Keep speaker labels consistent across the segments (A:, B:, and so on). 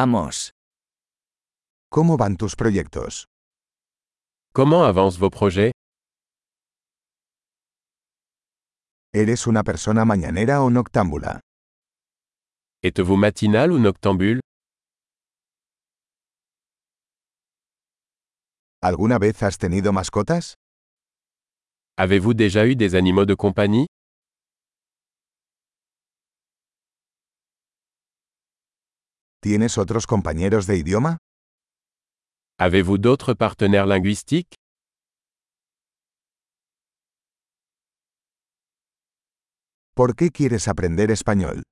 A: Vamos.
B: ¿Cómo van tus proyectos?
C: Comment avancent vos projets
B: ¿Eres una persona mañanera o noctámbula?
C: Êtes-vous matinal ou noctambule
B: ¿Alguna vez has tenido mascotas?
C: Avez-vous déjà eu des animaux de compagnie
B: ¿Tienes otros compañeros de idioma?
C: Avez-vous d'autres partenaires linguistiques
B: ¿Por qué quieres aprender español?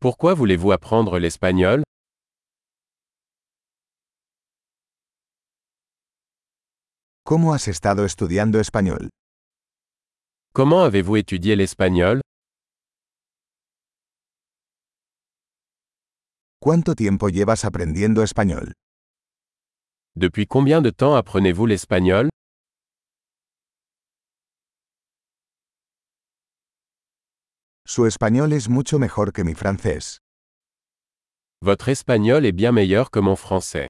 C: Pourquoi voulez-vous apprendre l'espagnol
B: ¿Cómo has estado estudiando español?
C: Comment avez-vous étudié l'espagnol
B: ¿Cuánto tiempo llevas aprendiendo español?
C: Depuis combien de temps apprenez-vous l'espagnol
B: Su español es mucho mejor que mi francés.
C: Votre espagnol est bien meilleur que mon français.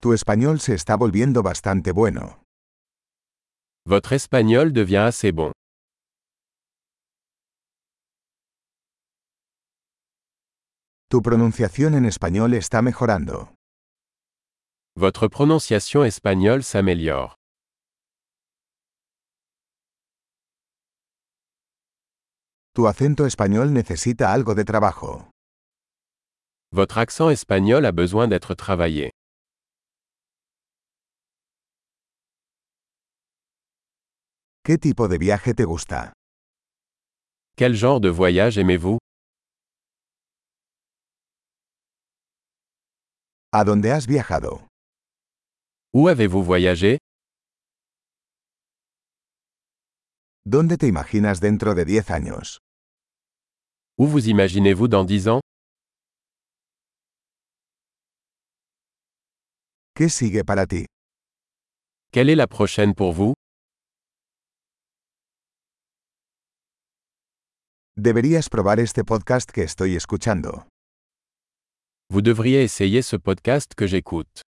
B: Tu español se está volviendo bastante bueno.
C: Votre espagnol devient assez bon.
B: Tu pronunciación en español está mejorando.
C: Votre prononciation espagnole s'améliore.
B: Tu acento español necesita algo de trabajo.
C: Votre accent espagnol a besoin d'être travaillé.
B: ¿Qué tipo de viaje te gusta?
C: Quel genre de voyage aimez-vous
B: ¿A dónde has viajado?
C: Où avez-vous voyagé
B: ¿Dónde te imaginas dentro de 10 años?
C: Où vous imaginez-vous dans 10 ans
B: ¿Qué sigue para ti?
C: Quelle est la prochaine pour vous
B: Deberías probar este podcast que estoy escuchando.
C: Vous devriez essayer ce podcast que j'écoute.